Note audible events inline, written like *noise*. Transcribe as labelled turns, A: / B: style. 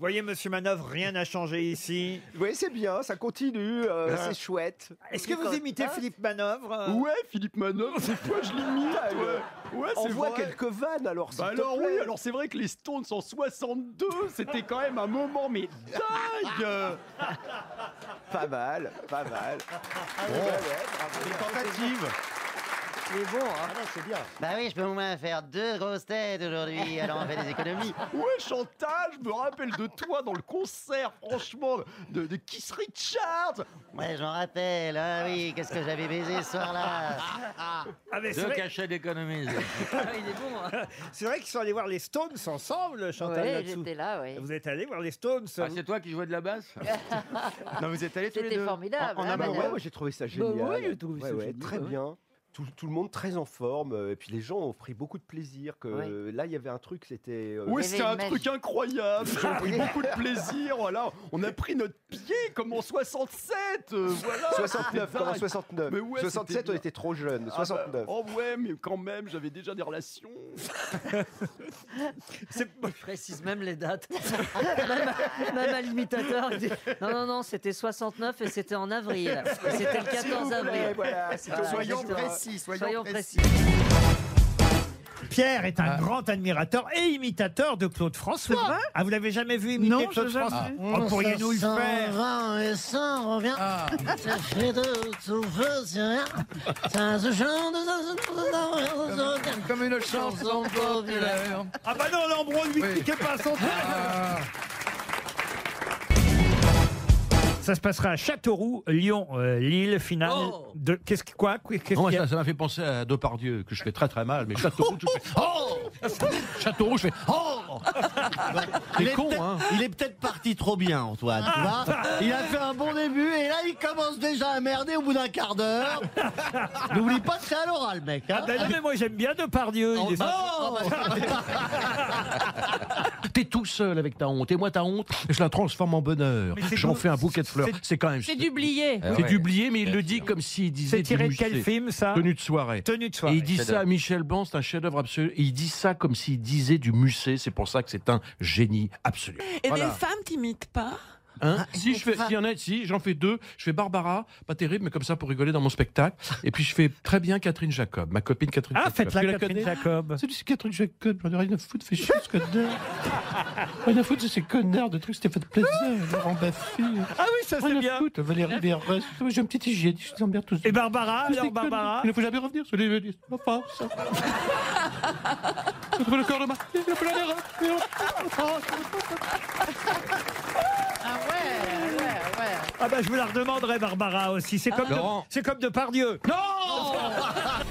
A: voyez, monsieur Manœuvre, rien n'a changé ici.
B: Oui, c'est bien, ça continue, euh, c'est chouette. Hein
A: Est-ce que vous imitez Philippe Manœuvre euh
C: Ouais, Philippe Manœuvre, c'est quoi je l'imite Ouais, ouais
B: Ah, euh, On
C: c'est
B: voit
C: vrai.
B: quelques vannes alors, s'il
C: Bah
B: te
C: alors
B: plaît.
C: oui, alors c'est vrai que les Stones en 62, c'était quand même un moment mais dingue
B: Pas mal, pas mal.
C: Tentative
D: Bah oui, je peux au moins faire deux grosses
E: *laughs*
D: têtes aujourd'hui, alors on fait des économies.
C: Ouais Chantal, je me rappelle de toi dans le concert, franchement, de, de Kiss Richards
D: Ouais, j'en rappelle, ah oui, qu'est-ce que j'avais baisé ce
E: Oh,
D: soir-là
A: Ah, mais c'est
F: Deux
A: vrai- Ah, *laughs*
F: cachets d'économise.
A: C'est vrai qu'ils sont allés voir les Stones ensemble, Chantal.
G: Ouais,
A: là-dessous.
G: j'étais là, ouais.
A: Vous êtes allés voir les Stones.
F: Ah, c'est toi qui jouais de la basse
C: Non, vous êtes allés tous les
G: C'était
C: deux
G: formidable.
C: En- en
G: hein,
B: Ah bah
C: amont,
G: madame
B: ouais, moi j'ai trouvé ça génial.
H: ouais, j'ai trouvé
B: Ouais,
H: ça
B: ouais,
H: génial,
B: Très
H: ouais.
B: bien. Tout, tout le monde très en forme. euh, Et puis les gens ont pris beaucoup de plaisir. Que euh,
G: Ouais.
B: Là, il y avait un truc, c'était. euh,
C: Ouais,
G: Il y avait
C: c'était un
G: une
C: truc incroyable, j'ai pris beaucoup de plaisir, voilà, on a pris notre pied comme en 67, euh, voilà
B: 69,
C: C'est
B: comme en
C: ah, dingue.
B: 69.
C: Mais ouais,
B: 67,
C: c'était
B: on
C: bien.
B: était trop jeunes.
C: Ah bah,
B: 69.
C: oh ouais, mais quand même, j'avais déjà des relations.
H: Je précise même
G: *laughs*
H: les dates. même, même à l'imitateur. il dit, Non, non, non, c'était 69 et c'était en avril. Et C'était le 14 avril.
B: Voilà, c'était au
H: Soyons
B: moyen-
H: Ah, précis, Soyons précis.
A: *laughs* Pierre est un grand admirateur et imitateur de Claude François. ah, vous l'avez jamais vu imiter
E: Non,
A: Claude
E: je l'ai jamais
A: François
E: vu.
A: Oh, Pourriez-nous le faire
D: rein et ça revient.
E: Ah.
D: *laughs* Ça fait de tout feu, c'est rien. Ça se chante.
E: Comme une chanson populaire.
A: Ah bah non, Lambron, lui
E: Oui.
A: cliquez pas son Ah. Ça se passera à Châteauroux, Lyon, euh, Lille, finale
H: Oh.
A: de... Qu'est-ce que... Quoi Qu'est-ce qu'il
F: Non,
A: y a Ah,
F: ça ça m'a fait penser à Depardieu, que je fais très très mal, mais Châteauroux, je fais Oh Châteauroux, je fais Oh
I: Il
F: T'es
I: est
F: con,
I: peut-être-
F: hein
I: Il est peut-être parti trop bien, Antoine. tu vois il a fait un bon début et là, il commence déjà à merder au bout d'un quart d'heure. N'oublie pas que c'est à l'oral, mec. hein.
A: Ah bah non, mais moi j'aime bien Depardieu. il est- Ah, bah,
I: Oh
F: T'es tout seul avec ta honte, et moi ta honte, je la transforme en bonheur.
A: Mais c'est
F: J'en
A: beau-
F: fais un bouquet de fleurs. C'est quand même.
J: C'est d'oublier.
F: C'est d'oublier, mais il le dit comme s'il
A: Ah
F: disait.
A: C'est tiré de
F: du
A: quel
F: Musset.
A: film, ça
F: Tenue de soirée.
A: Tenue de
F: Et
A: soirée.
F: il dit ça à Michel Blanc, c'est un chef-d'œuvre absolu. Et il dit ça comme s'il disait du Musset. C'est pour ça que c'est un génie absolu.
J: Et
F: Voilà.
J: les femmes t'imitent pas
F: Hein
A: Ah,
F: si je fais, s'il y en a, si j'en fais deux, je fais Barbara, pas terrible, mais comme ça pour rigoler dans mon spectacle. Et puis je fais très bien Catherine Jacob, ma copine Catherine
A: Ah,
F: Jacob.
A: faites-la,
F: Tu la
A: Catherine
F: connais
A: Jacob.
F: Ah, C'est du- c'est Catherine Jacob, j'en ai rien à foutre, fais chier ce connard. Rien à foutre de ces connards de trucs, c'était fait plaisir, Laurent Baffy.
A: Ah oui, ça c'est
F: Rien à
A: bien.
F: foutre, Valérie Berres, j'ai un petit hygiène, je les emmerde tous.
A: Et Barbara,
F: Tous des
A: alors Barbara
F: conneries. Il ne faut jamais revenir sur les les- enfin,
A: *laughs*
F: ça. Je trouve le corps de ma... Il ne faut jamais revenir.
G: Ah ouais, ouais, ouais.
F: Ah.
A: Ah bah je vous la redemanderai Barbara aussi. C'est comme de,
F: Laurent.
A: c'est comme de Pardieu.
F: Non